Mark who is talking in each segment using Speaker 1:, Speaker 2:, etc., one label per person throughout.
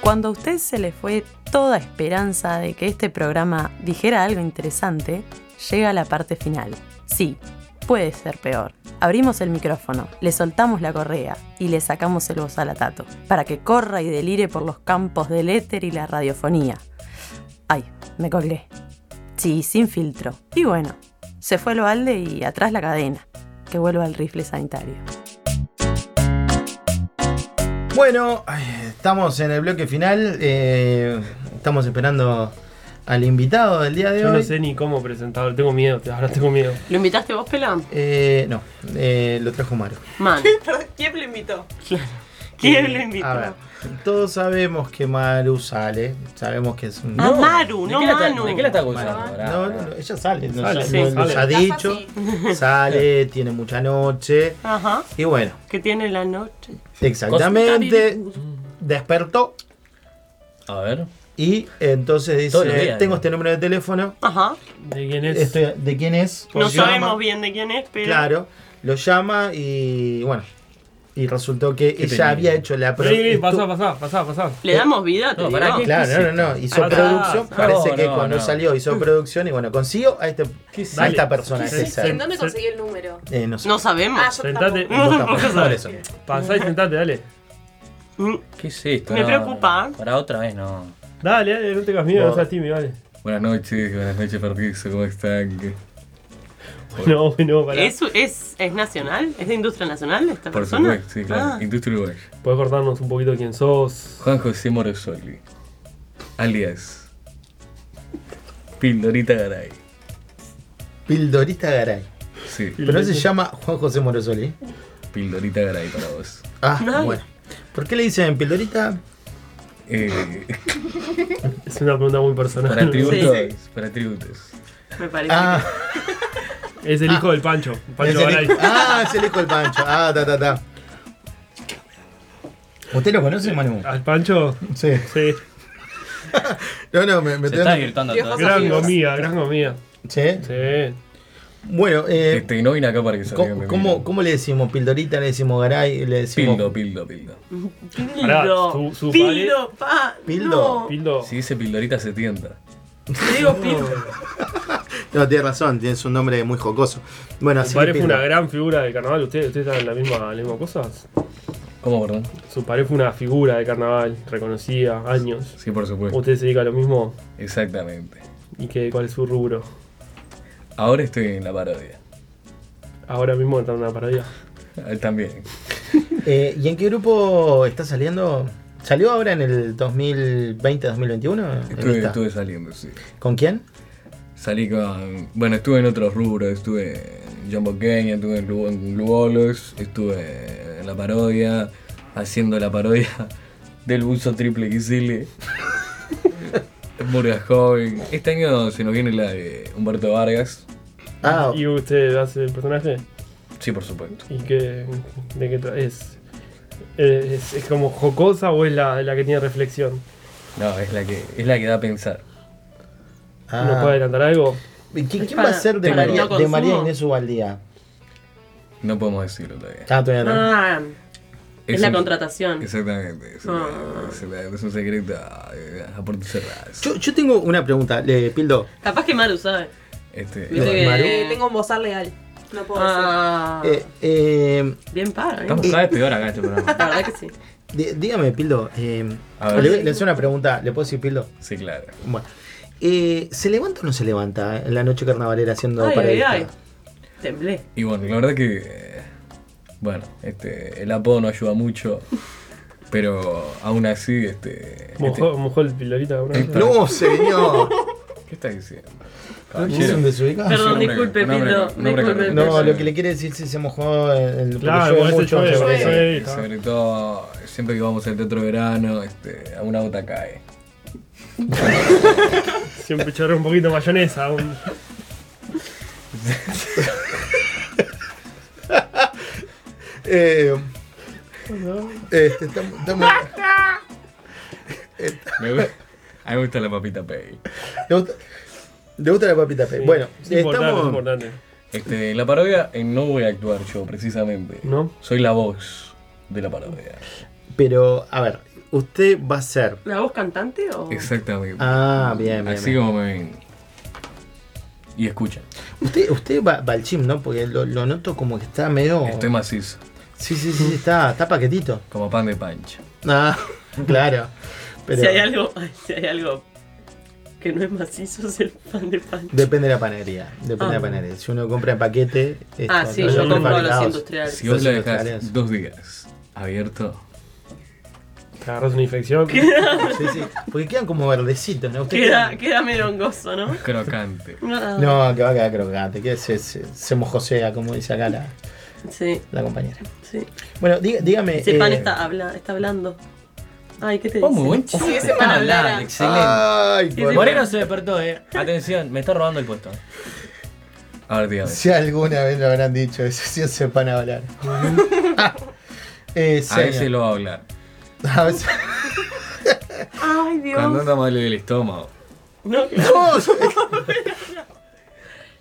Speaker 1: Cuando a usted se le fue toda esperanza de que este programa dijera algo interesante, llega la parte final. Sí, puede ser peor. Abrimos el micrófono, le soltamos la correa y le sacamos el bozalatato, para que corra y delire por los campos del éter y la radiofonía. Ay, me colgué. Sí, sin filtro. Y bueno, se fue el balde y atrás la cadena. Que vuelva al rifle sanitario.
Speaker 2: Bueno, ay, estamos en el bloque final. eh, estamos esperando al invitado del día de
Speaker 3: Yo
Speaker 2: hoy.
Speaker 3: no sé ni cómo presentarlo, tengo miedo, te- ahora tengo miedo.
Speaker 4: ¿Lo invitaste vos, Pelán?
Speaker 2: Eh, no, eh, lo trajo Mario.
Speaker 4: Man. Eh, ah,
Speaker 1: ¿Quién lo invitó?
Speaker 4: ¿Quién lo
Speaker 2: A
Speaker 4: invitó?
Speaker 2: ver, todos sabemos que Maru sale. Sabemos que es un.
Speaker 4: Ah, Maru,
Speaker 5: ¿De
Speaker 4: no
Speaker 5: qué la está-
Speaker 4: Manu.
Speaker 5: ¿De qué la está
Speaker 2: Bueno,
Speaker 5: acusando? Pará,
Speaker 2: no,
Speaker 5: pará.
Speaker 2: no, ella sale, no,
Speaker 3: Sale,
Speaker 2: no-
Speaker 3: sí,
Speaker 2: nos
Speaker 3: sale.
Speaker 2: ha
Speaker 6: Estás
Speaker 2: dicho, sale, tiene mucha noche
Speaker 4: Ajá.
Speaker 2: y bueno,
Speaker 4: ¿Qué tiene la noche?
Speaker 2: exactamente, despertó
Speaker 5: A ver.
Speaker 2: y entonces dice,
Speaker 5: Todos los días,
Speaker 2: tengo
Speaker 5: ¿no?
Speaker 2: este número de teléfono,
Speaker 4: Ajá.
Speaker 5: Pues
Speaker 3: ¿De quién es?
Speaker 2: estoy- ¿de quién es?
Speaker 4: No
Speaker 2: Lo llama,
Speaker 4: sabemos bien de quién es, pero.
Speaker 2: Claro, lo llama y bueno, y resultó que ella
Speaker 5: pena.
Speaker 2: había hecho la pro-
Speaker 3: Vení, vení,
Speaker 2: estu-
Speaker 3: pasá, pasá, pasá, pasá.
Speaker 4: Le damos vida, te
Speaker 5: No,
Speaker 4: digo.
Speaker 5: pará, ¿qué?
Speaker 2: Claro, no, no, no, hizo
Speaker 5: Ah,
Speaker 2: producción,
Speaker 5: no,
Speaker 2: parece que
Speaker 5: no,
Speaker 2: cuando
Speaker 5: no.
Speaker 2: salió hizo producción y bueno, consigo a, este,
Speaker 3: ¿Qué
Speaker 2: a
Speaker 3: sale?
Speaker 2: esta persona.
Speaker 3: ¿Qué
Speaker 2: que
Speaker 3: es?
Speaker 2: sale.
Speaker 6: ¿En dónde conseguí el número?
Speaker 2: Eh, no sé.
Speaker 4: No sabemos.
Speaker 6: Ah, yo
Speaker 3: Sentate.
Speaker 6: tampoco.
Speaker 2: Vos tampoco, por eso.
Speaker 3: Pasá y sentate, dale.
Speaker 4: Mm,
Speaker 5: ¿Qué es esto?
Speaker 4: Me
Speaker 5: No,
Speaker 4: preocupa.
Speaker 5: no, Para otra vez no.
Speaker 3: Dale, dale, no tengas miedo, no seas tímido, dale.
Speaker 5: Buenas noches, buenas noches, Partizo, ¿cómo están? ¿Qué-
Speaker 3: No, no, pará.
Speaker 4: ¿Es, es, ¿Es nacional? ¿Es de industria nacional esta
Speaker 5: Por
Speaker 4: persona?
Speaker 5: supuesto, sí, claro.
Speaker 4: Ah,
Speaker 5: Industria Uruguaya.
Speaker 3: ¿Puedes cortarnos un poquito quién sos?
Speaker 5: Juan José Morosoli, alias Pildorita Garay.
Speaker 2: Pildorita Garay.
Speaker 5: Sí,
Speaker 2: Pero no se llama Juan José Morosoli.
Speaker 5: Pildorita Garay para vos.
Speaker 2: Ah,
Speaker 4: Ay.
Speaker 2: bueno. ¿Por qué le dicen Pildorita?
Speaker 5: Eh,
Speaker 3: Es una pregunta muy personal.
Speaker 5: para tributos,
Speaker 4: Sí,
Speaker 5: para tributos.
Speaker 4: me parece.
Speaker 2: Ah,
Speaker 3: Es el hijo del Pancho.
Speaker 2: es
Speaker 3: Pancho
Speaker 2: el
Speaker 3: Garay.
Speaker 2: hijo, ah, es el hijo del Pancho. Ah, ta, ta, ta. ¿Usted lo conoce, Manu?
Speaker 3: ¿Al Pancho?
Speaker 2: Sí.
Speaker 3: Sí.
Speaker 2: No, no, me, me
Speaker 5: Se está
Speaker 2: estoy
Speaker 5: divirtiendo
Speaker 6: Dios,
Speaker 5: todo.
Speaker 6: José.
Speaker 3: Gran
Speaker 6: amigos.
Speaker 3: comida, gran comida.
Speaker 2: Sí.
Speaker 3: Sí.
Speaker 2: Bueno, eh,
Speaker 5: Este, y no vine acá para que se rían
Speaker 2: ¿cómo,
Speaker 5: de mí.
Speaker 2: cómo, cómo le decimos? ¿Pildorita? ¿Le decimos Garay? ¿Le decimos
Speaker 5: Pildo, pildo, pildo.
Speaker 3: Pará,
Speaker 4: Pildo,
Speaker 3: su- su
Speaker 4: Pildo, pa.
Speaker 2: Pildo.
Speaker 4: no.
Speaker 3: Pildo.
Speaker 5: Si dice Pildorita se tienta.
Speaker 4: Te digo Pildo.
Speaker 2: No, tiene razón, tienes un nombre muy jocoso. Bueno,
Speaker 3: Su
Speaker 2: así
Speaker 3: padre
Speaker 2: que
Speaker 3: fue
Speaker 2: Pildo.
Speaker 3: una gran figura del carnaval. ¿Ustedes, ustedes saben la misma, la misma cosa?
Speaker 5: ¿Cómo, perdón?
Speaker 3: Su padre fue una figura de carnaval, reconocida, años.
Speaker 5: Sí, por supuesto.
Speaker 3: ¿Usted se dedica a lo mismo?
Speaker 5: Exactamente.
Speaker 3: ¿Y qué, cuál es su rubro?
Speaker 5: Ahora estoy en la parodia.
Speaker 3: Ahora mismo está en una parodia.
Speaker 5: Ah, También.
Speaker 2: Eh, ¿Y en qué grupo está saliendo? ¿Salió ahora en el 2020-2021?
Speaker 5: Estuve, estuve saliendo, sí.
Speaker 2: ¿Con quién?
Speaker 5: Salí con. Bueno, estuve en otros rubros. Estuve en John Boqueña, estuve en Blue en Blue Bolos, estuve en la parodia, haciendo la parodia del buzo triple XL. Burgas Joven. Este año se nos viene la de Humberto Vargas.
Speaker 2: Ah,
Speaker 3: ¿Y usted hace el personaje?
Speaker 5: Sí, por supuento.
Speaker 3: ¿Y qué, de qué tra- es? Eh, ¿Es, es como jocosa o es la, la que tiene reflexión?
Speaker 5: No, es la que, es la que da a pensar.
Speaker 2: ah.
Speaker 3: ¿Nos puede adelantar algo?
Speaker 2: ¿Y qui- ¿Quién va
Speaker 4: Para-
Speaker 2: a ser de
Speaker 4: para
Speaker 2: María,
Speaker 4: no
Speaker 2: de
Speaker 4: consumo.
Speaker 2: María Inés Ubaldía?
Speaker 5: No podemos decirlo todavía.
Speaker 2: Ah, todavía no.
Speaker 4: Ah, es la
Speaker 5: un-
Speaker 4: contratación.
Speaker 5: Exactamente, exactamente,
Speaker 4: Ah.
Speaker 5: exactamente, es un secreto eh, a puertas cerradas.
Speaker 2: Yo, yo tengo una pregunta, le Pildo.
Speaker 4: Capaz que Maru sabe.
Speaker 5: Este,
Speaker 4: Viste que-
Speaker 6: Eh, tengo un bozal leal. No puedo decir.
Speaker 4: Ah,
Speaker 2: Eh, eh,
Speaker 4: bien para, ¿eh?
Speaker 5: Estamos cada vez peor acá este programa.
Speaker 4: La verdad que sí.
Speaker 2: di- dígame, Pildo. eh,
Speaker 5: A ver.
Speaker 2: le, le hago una pregunta, ¿le puedo decir Pildo?
Speaker 5: Sí, claro.
Speaker 2: Bueno. Eh, ¿Se levanta o no se levanta en la noche carnavalera haciendo
Speaker 4: Ay, ay,
Speaker 2: periodista?
Speaker 4: ay. Temblé.
Speaker 5: Y bueno, la verdad que. eh, Bueno, este, el apodo no ayuda mucho, pero aún así, este. este-
Speaker 3: ¿Mojó, mojó el pilorita? una vez?
Speaker 5: Epa.
Speaker 2: No, señor.
Speaker 5: ¿Qué estás diciendo?
Speaker 2: ¿Es
Speaker 5: Caballero.
Speaker 2: un desubicado?
Speaker 4: Perdón,
Speaker 5: Un hombre-
Speaker 4: disculpe,
Speaker 5: un hombre-
Speaker 4: Pildo,
Speaker 5: un hombre
Speaker 4: disculpe,
Speaker 5: correcto.
Speaker 2: No, lo que le quiere decir si se mojó el, el
Speaker 3: Claro,
Speaker 2: porque llueve
Speaker 3: por
Speaker 2: mucho,
Speaker 3: eso llueve, por
Speaker 2: entonces-
Speaker 3: eso llueve.
Speaker 5: Y sobre todo, siempre que vamos al teatro de verano, este, a una bota cae.
Speaker 3: Siempre chorré un poquito de mayonesa. un-
Speaker 2: Eh, este, estamos, estamos-
Speaker 5: Me gu- a mí me gusta la papita pay.
Speaker 2: le, gusta, le gusta la papita Pe. Bueno,
Speaker 3: es importante, es
Speaker 2: estamos.
Speaker 3: importante.
Speaker 5: Este, en la parodia eh, no voy a actuar yo, precisamente.
Speaker 3: ¿No?
Speaker 5: Soy la voz de la parodia.
Speaker 2: Pero, a ver, usted va a ser.
Speaker 4: ¿La voz cantante o.?
Speaker 5: Exactamente.
Speaker 2: Ah, bien, bien.
Speaker 5: Así
Speaker 2: bien.
Speaker 5: como me ven. Y escucha.
Speaker 2: Usted, usted va, va al gym, ¿no? Porque lo, lo noto como que está medio.
Speaker 5: Estoy macizo.
Speaker 2: Sí, sí, sí, sí, está, está paquetito.
Speaker 5: Como pan de pancha.
Speaker 2: Ah, claro. Pero
Speaker 4: Si hay algo. ay, si hay algo. Que no es macizo, es el pan de pan.
Speaker 2: depende de la panadería. Depende
Speaker 4: Ah.
Speaker 2: de la panadería. Si uno compra en paquete.
Speaker 4: Ah,
Speaker 2: estos
Speaker 4: sí,
Speaker 2: no
Speaker 4: yo
Speaker 2: son
Speaker 4: compro los
Speaker 2: prefabricados.
Speaker 4: industriales.
Speaker 5: Si vos
Speaker 2: Los
Speaker 5: lo
Speaker 2: industriales.
Speaker 5: dejás dos días abierto,
Speaker 3: Te agarras una infección.
Speaker 2: Sí, sí. Porque quedan como verdecitos, ¿no? Usted
Speaker 4: Queda, queda medio hongoso, ¿no?
Speaker 5: crocante.
Speaker 4: Ah,
Speaker 2: No, que va a quedar crocante, que se, se, se mojosea, como dice acá la,
Speaker 4: Sí,
Speaker 2: la compañera.
Speaker 4: sí.
Speaker 2: Bueno, dí- dígame.
Speaker 4: Ese
Speaker 2: eh,
Speaker 4: pan está, habla, está hablando. Ay, ¿qué te
Speaker 5: Oh,
Speaker 4: dice?
Speaker 5: muy buen
Speaker 6: Sí,
Speaker 5: chiste.
Speaker 6: ese pan hablara.
Speaker 5: Hablar, ah, excelente.
Speaker 2: Ay, por-
Speaker 7: Moreno se despertó, eh. Atención, me está robando el puesto.
Speaker 5: A ver, dígame.
Speaker 2: Si alguna vez lo habrán dicho, eso sí se van a hablar. Eh,
Speaker 5: A
Speaker 2: señor.
Speaker 5: veces lo va a hablar.
Speaker 2: A veces-
Speaker 4: Ay,
Speaker 5: Cuando
Speaker 4: Dios.
Speaker 5: anda mal del estómago.
Speaker 4: No,
Speaker 2: No,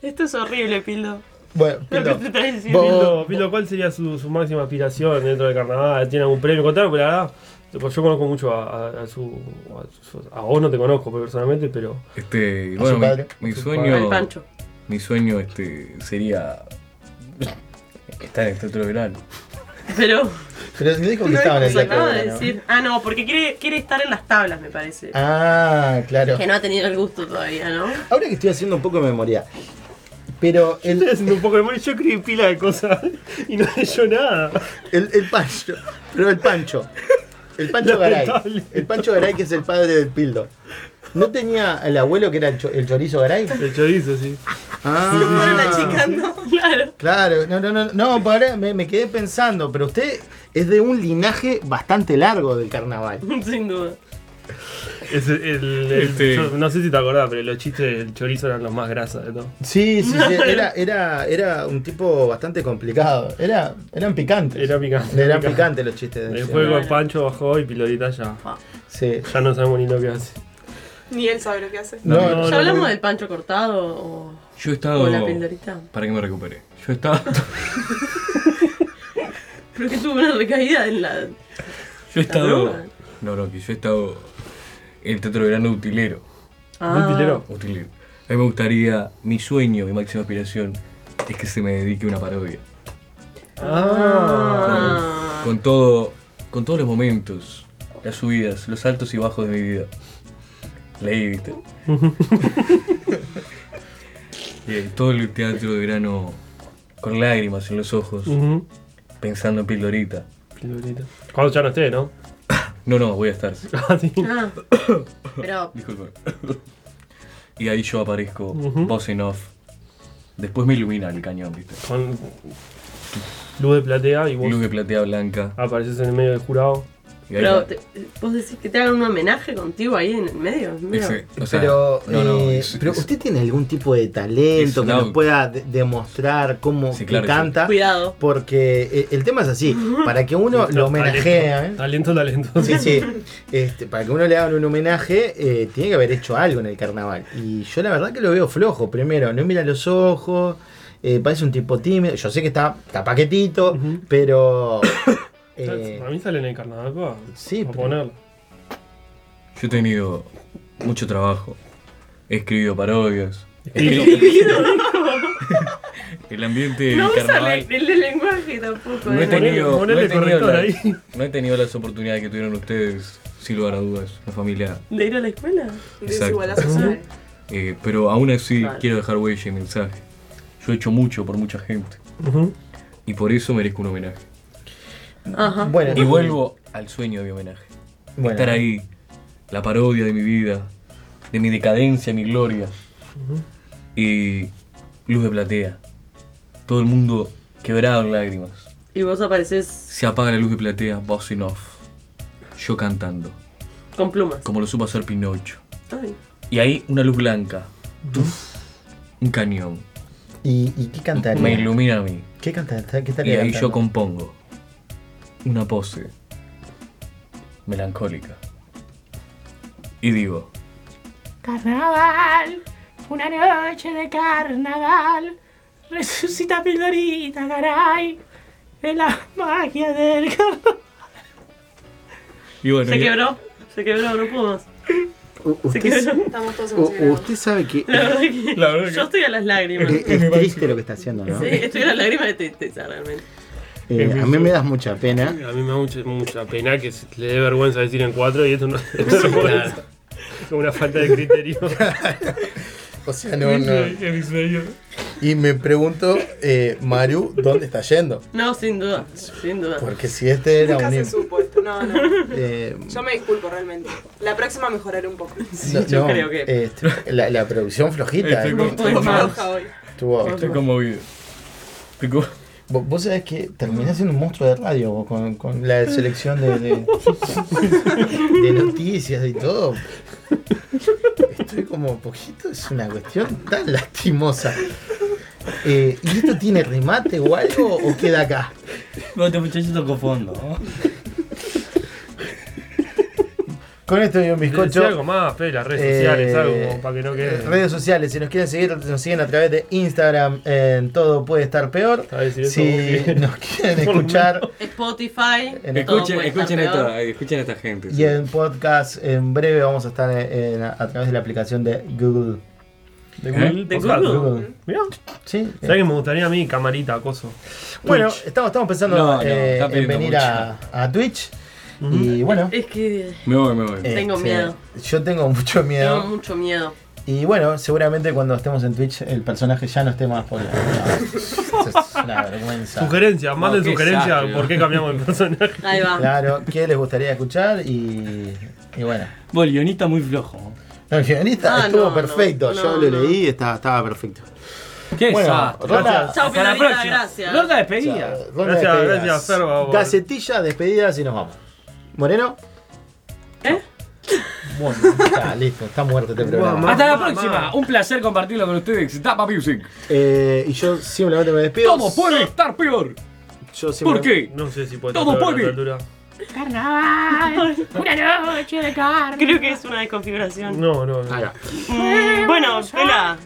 Speaker 4: esto es horrible, Pildo.
Speaker 2: Bueno,
Speaker 4: Lo que
Speaker 2: perdón.
Speaker 4: te estás diciendo.
Speaker 2: Vos-
Speaker 3: Pildo, Pildo, ¿cuál sería su, su máxima aspiración dentro del carnaval? ¿Tiene algún premio? Contanos, porque la verdad, pues yo conozco mucho a, a- a su, a su- a vos no te conozco personalmente, pero
Speaker 5: Este,
Speaker 2: su
Speaker 5: bueno,
Speaker 2: padre.
Speaker 5: mi, mi
Speaker 2: A su
Speaker 4: Al
Speaker 5: sueño.
Speaker 4: pancho.
Speaker 5: Mi sueño este sería estar en el Teatro Verano.
Speaker 4: Pero.
Speaker 2: Pero le dijo que
Speaker 4: No,
Speaker 2: estaba en el
Speaker 4: se acaba de
Speaker 2: teatro, ¿no?
Speaker 4: decir. Ah, no, porque quiere, quiere estar en las tablas, me parece.
Speaker 2: Ah, claro.
Speaker 4: Que no ha tenido el gusto todavía, ¿no?
Speaker 2: Ahora que estoy haciendo un poco de memoria. Pero
Speaker 3: estoy
Speaker 2: el,
Speaker 3: haciendo un poco de memoria. Yo escribí pila de cosas y no leyó nada.
Speaker 2: el, el Pancho. Pero el Pancho. El Pancho Garay.
Speaker 3: Lamentable.
Speaker 2: El Pancho Garay que es el padre del Pildo. ¿No tenía el abuelo que era el, cho- el chorizo Garay?
Speaker 3: El chorizo, sí.
Speaker 2: Ah,
Speaker 4: Claro.
Speaker 2: claro. No, no, no. No, para, me, me quedé pensando. Pero usted es de un linaje bastante largo del carnaval.
Speaker 4: Sin duda.
Speaker 3: Es el- el- el-
Speaker 5: Este-
Speaker 3: yo no sé si te acordás, pero los chistes del chorizo eran los más grasas de todo.
Speaker 2: Sí, sí, sí. Era, era, era un tipo bastante complicado. Era, eran picantes.
Speaker 3: Era picante.
Speaker 2: Eran picantes los chistes. de
Speaker 3: Después con
Speaker 4: Claro.
Speaker 3: Pancho bajó y Pilodita ya.
Speaker 2: Sí.
Speaker 3: Ya no sabemos ni lo que hace.
Speaker 6: Ni él sabe lo que hace.
Speaker 2: No,
Speaker 3: No,
Speaker 4: ¿Ya
Speaker 3: no,
Speaker 4: hablamos
Speaker 3: no.
Speaker 4: del pancho cortado o,
Speaker 5: Yo he
Speaker 4: o
Speaker 5: estado.
Speaker 4: la pildorita?
Speaker 5: Para que me recupere. Yo he estado.
Speaker 4: Pero que tuvo una recaída en la.
Speaker 5: Yo he estado.
Speaker 4: droga?
Speaker 5: No, no, que yo he estado en el Teatro Verano utilero.
Speaker 3: ¿Un tilero?
Speaker 5: Utilero. A mí me gustaría. Mi sueño, mi máxima aspiración es que se me dedique una parodia.
Speaker 3: Ah.
Speaker 4: Ah.
Speaker 5: Con todo. Con todos los momentos, las subidas, los altos y bajos de mi vida. Leí, viste. Y, eh, todo el teatro de verano con lágrimas en los ojos,
Speaker 3: Ujú.
Speaker 5: pensando en Pildorita.
Speaker 3: Pilorita. Cuando ya no esté, ¿no?
Speaker 5: No, no, voy a estar.
Speaker 3: Ah, sí.
Speaker 4: Ah. Pero.
Speaker 5: Disculpa. y ahí yo aparezco,
Speaker 3: Ujú.
Speaker 5: voz en off. Después me ilumina el cañón, ¿viste?
Speaker 3: Con luz de platea y vos
Speaker 5: Luz de platea blanca.
Speaker 3: apareces en el medio del jurado.
Speaker 5: Y ahí
Speaker 4: Pero
Speaker 5: va.
Speaker 4: te- vos decís que te hagan un homenaje contigo ahí en el medio. es medio-
Speaker 5: Ese- o sea,
Speaker 2: Pero,
Speaker 5: no, no,
Speaker 2: eh,
Speaker 5: es-
Speaker 2: pero
Speaker 5: es-
Speaker 2: usted tiene algún tipo de
Speaker 5: es
Speaker 2: talento que
Speaker 5: un
Speaker 2: nos
Speaker 5: audio.
Speaker 2: pueda de- demostrar cómo
Speaker 5: Sí,
Speaker 2: que
Speaker 5: claro que sí.
Speaker 2: canta.
Speaker 4: Cuidado.
Speaker 2: Porque eh, el tema es así, para que uno lo homenajea, ¿eh?
Speaker 3: Talento, talento.
Speaker 2: Sí, sí. Este, para que uno le hagan un homenaje, eh, tiene que haber hecho algo en el carnaval. Y yo la verdad que lo veo flojo. Primero, no mira los ojos, eh, parece un tipo tímido. Yo sé que está, está paquetito,
Speaker 3: Ujú.
Speaker 2: pero... eh,
Speaker 3: A mí sale en el carnaval, pa.
Speaker 2: Sí,
Speaker 3: Pa
Speaker 2: pero-
Speaker 3: ponerlo.
Speaker 5: yo he tenido mucho trabajo. He escribido parodias. El ambiente
Speaker 4: No
Speaker 5: del
Speaker 4: usa
Speaker 5: carnaval.
Speaker 4: el, el lenguaje tampoco. ¿eh?
Speaker 5: No
Speaker 4: ¿no?
Speaker 5: he,
Speaker 3: eh. Ponele-
Speaker 5: tenido, no,
Speaker 3: ponele
Speaker 5: he tenido
Speaker 3: corrector
Speaker 5: la-
Speaker 3: ahí.
Speaker 5: no he tenido las oportunidades que tuvieron ustedes, sin lugar a dudas, la familia.
Speaker 4: ¿De ir a la escuela?
Speaker 6: Desigualdad social.
Speaker 5: Eh, pero aún así
Speaker 4: Claro.
Speaker 5: quiero dejar huella y mensaje. Yo he hecho mucho por mucha gente
Speaker 3: Ujú.
Speaker 5: y por eso merezco un homenaje.
Speaker 4: Ajá.
Speaker 2: bueno,
Speaker 5: Y vuelvo al sueño de mi homenaje.
Speaker 2: bueno,
Speaker 5: Estar ahí, la parodia de mi vida, de mi decadencia, mi gloria. Y luz de platea. Todo el mundo quebrado en lágrimas.
Speaker 4: Y vos apareces
Speaker 5: Se apaga la luz de platea, voz en off. Yo cantando,
Speaker 4: con plumas.
Speaker 5: como lo supo hacer Pinocho.
Speaker 4: Ay.
Speaker 5: Y ahí una luz blanca. Tuf. un cañón.
Speaker 2: ¿Y, y qué cantaría?
Speaker 5: Me ilumina a mí.
Speaker 2: ¿Qué cantaría? ¿Qué
Speaker 5: Y
Speaker 2: estaría
Speaker 5: ahí yo
Speaker 2: cantando?
Speaker 5: compongo una pose melancólica. Y digo,
Speaker 8: Carnaval, una noche de carnaval, resucita Pildorita, caray, en la magia del carnaval.
Speaker 9: Y bueno,
Speaker 4: Se
Speaker 9: y-
Speaker 4: quebró, se quebró, no puedo más.
Speaker 10: U-
Speaker 4: Se
Speaker 10: Usted,
Speaker 4: quebró.
Speaker 6: Estamos todos
Speaker 10: u-
Speaker 6: emocionados.
Speaker 10: usted sabe que
Speaker 4: La verdad que,
Speaker 9: La verdad que-
Speaker 4: yo estoy a las lágrimas.
Speaker 10: Eh, es, es triste lo que está haciendo, ¿no?
Speaker 4: Sí, estoy a las lágrimas de tristeza realmente.
Speaker 10: Eh, a mí me das mucha pena.
Speaker 3: A mí me da mucha, mucha pena que se- le dé vergüenza decir en cuatro y esto no, esto no puede ser. Es como una falta de criterio.
Speaker 2: O sea, no, no. Y me pregunto, eh, Maru, ¿dónde está yendo?
Speaker 4: No, sin duda, sin duda.
Speaker 2: Porque si este era
Speaker 6: Nunca
Speaker 2: un...
Speaker 6: se
Speaker 2: himno-
Speaker 6: supo esto, no, no.
Speaker 10: Eh,
Speaker 6: Yo me disculpo realmente. La próxima mejoraré un poco.
Speaker 2: no,
Speaker 4: yo
Speaker 2: no,
Speaker 4: creo que-
Speaker 2: este, la, la producción flojita
Speaker 9: Estoy
Speaker 2: eh,
Speaker 9: con-
Speaker 4: puedo
Speaker 6: Me
Speaker 4: más.
Speaker 6: enoja hoy.
Speaker 2: estuvo-
Speaker 9: Estoy conmovido. Estoy co-
Speaker 2: Vo- Vos sabés que terminás siendo un monstruo de radio vos, con, con la selección de, de, de noticias y todo. Estoy como un poquito, es una cuestión tan lastimosa. Eh, ¿Y esto tiene remate o algo o queda acá?
Speaker 11: No, este muchacho tocó fondo. ¿no?
Speaker 2: Con esto y un
Speaker 3: Decí
Speaker 2: bizcocho.
Speaker 3: algo más, Fede, las redes
Speaker 2: Eh,
Speaker 3: sociales, algo como para que no
Speaker 2: eh,
Speaker 3: quede.
Speaker 2: Redes sociales, si nos quieren seguir, nos siguen a través de Instagram en todo puede estar peor.
Speaker 3: A decir eso,
Speaker 2: Si
Speaker 3: porque-
Speaker 2: nos quieren escuchar
Speaker 4: Spotify,
Speaker 2: En-
Speaker 4: todo
Speaker 9: Escuchen,
Speaker 4: puede estar
Speaker 9: escuchen,
Speaker 4: peor.
Speaker 9: esta, escuchen a esta gente.
Speaker 2: Y en podcast, en breve vamos a estar en- a través de la aplicación de Google.
Speaker 3: ¿De
Speaker 9: Google
Speaker 4: ¿De Google?
Speaker 3: Mirá,
Speaker 2: Sí. eh.
Speaker 3: ¿sabes que me gustaría a mí camarita, acoso?
Speaker 2: Bueno, estamos, estamos pensando
Speaker 9: No, no,
Speaker 2: eh,
Speaker 9: está
Speaker 2: en
Speaker 9: pidiendo
Speaker 2: venir
Speaker 9: mucho.
Speaker 2: a, a Twitch. Y bueno. este,
Speaker 4: Es que
Speaker 9: Me voy, me voy.
Speaker 4: Tengo miedo.
Speaker 2: Yo tengo mucho
Speaker 4: tengo
Speaker 2: miedo.
Speaker 4: mucho miedo.
Speaker 2: Y bueno, seguramente cuando estemos en Twitch el personaje ya no esté más por. no, eso es una vergüenza.
Speaker 3: Sugerencias, manden
Speaker 9: qué
Speaker 3: sugerencias
Speaker 9: desastre,
Speaker 3: por qué cambiamos el personaje.
Speaker 4: Ahí va.
Speaker 2: Claro, ¿qué les gustaría escuchar? Y, y bueno.
Speaker 11: Vos, el guionista muy flojo.
Speaker 2: No, el guionista
Speaker 4: Ah,
Speaker 2: estuvo
Speaker 4: no, no,
Speaker 2: perfecto.
Speaker 4: no,
Speaker 2: Yo lo
Speaker 4: no.
Speaker 2: leí y estaba, estaba perfecto.
Speaker 11: ¿Qué
Speaker 2: Bueno,
Speaker 11: desastre.
Speaker 2: Ronda-
Speaker 4: Chao,
Speaker 11: Hasta la
Speaker 4: Pilarita,
Speaker 11: próxima.
Speaker 4: gracias.
Speaker 11: Ronda de
Speaker 2: O sea,
Speaker 11: despedida.
Speaker 2: ronda de
Speaker 3: Gracias,
Speaker 2: despedidas.
Speaker 3: gracias, Ferba, por-
Speaker 2: Gacetilla, despedidas y nos vamos. Moreno.
Speaker 4: ¿Eh?
Speaker 2: Bueno, está listo, está muerto este programa.
Speaker 3: Guau,
Speaker 11: Hasta la
Speaker 3: Mamá.
Speaker 11: próxima. Un placer compartirlo con ustedes. Tapa Music.
Speaker 2: Eh, y yo simplemente me despido.
Speaker 11: Todo puede estar peor.
Speaker 2: Yo
Speaker 11: ¿Por
Speaker 2: simplemente-
Speaker 11: qué?
Speaker 3: No sé si puede
Speaker 11: Todo
Speaker 3: estar a
Speaker 11: puede.
Speaker 3: esta altura.
Speaker 12: Carnaval, una noche de carnaval.
Speaker 4: Creo que es una desconfiguración.
Speaker 3: No, no, no.
Speaker 2: Ah, no.
Speaker 4: Mm, bueno, espera,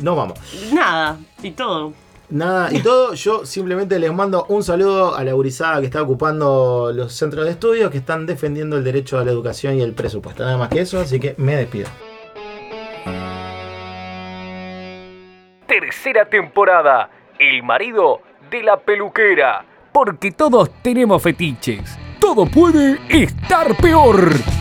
Speaker 2: No vamos.
Speaker 4: nada y todo.
Speaker 2: Nada y todo, yo simplemente les mando un saludo a la gurizada que está ocupando los centros de estudios que están defendiendo el derecho a la educación y el presupuesto. Nada más que eso, así que me despido.
Speaker 5: tercera temporada, El marido de la peluquera. Porque todos tenemos fetiches. Todo puede estar peor.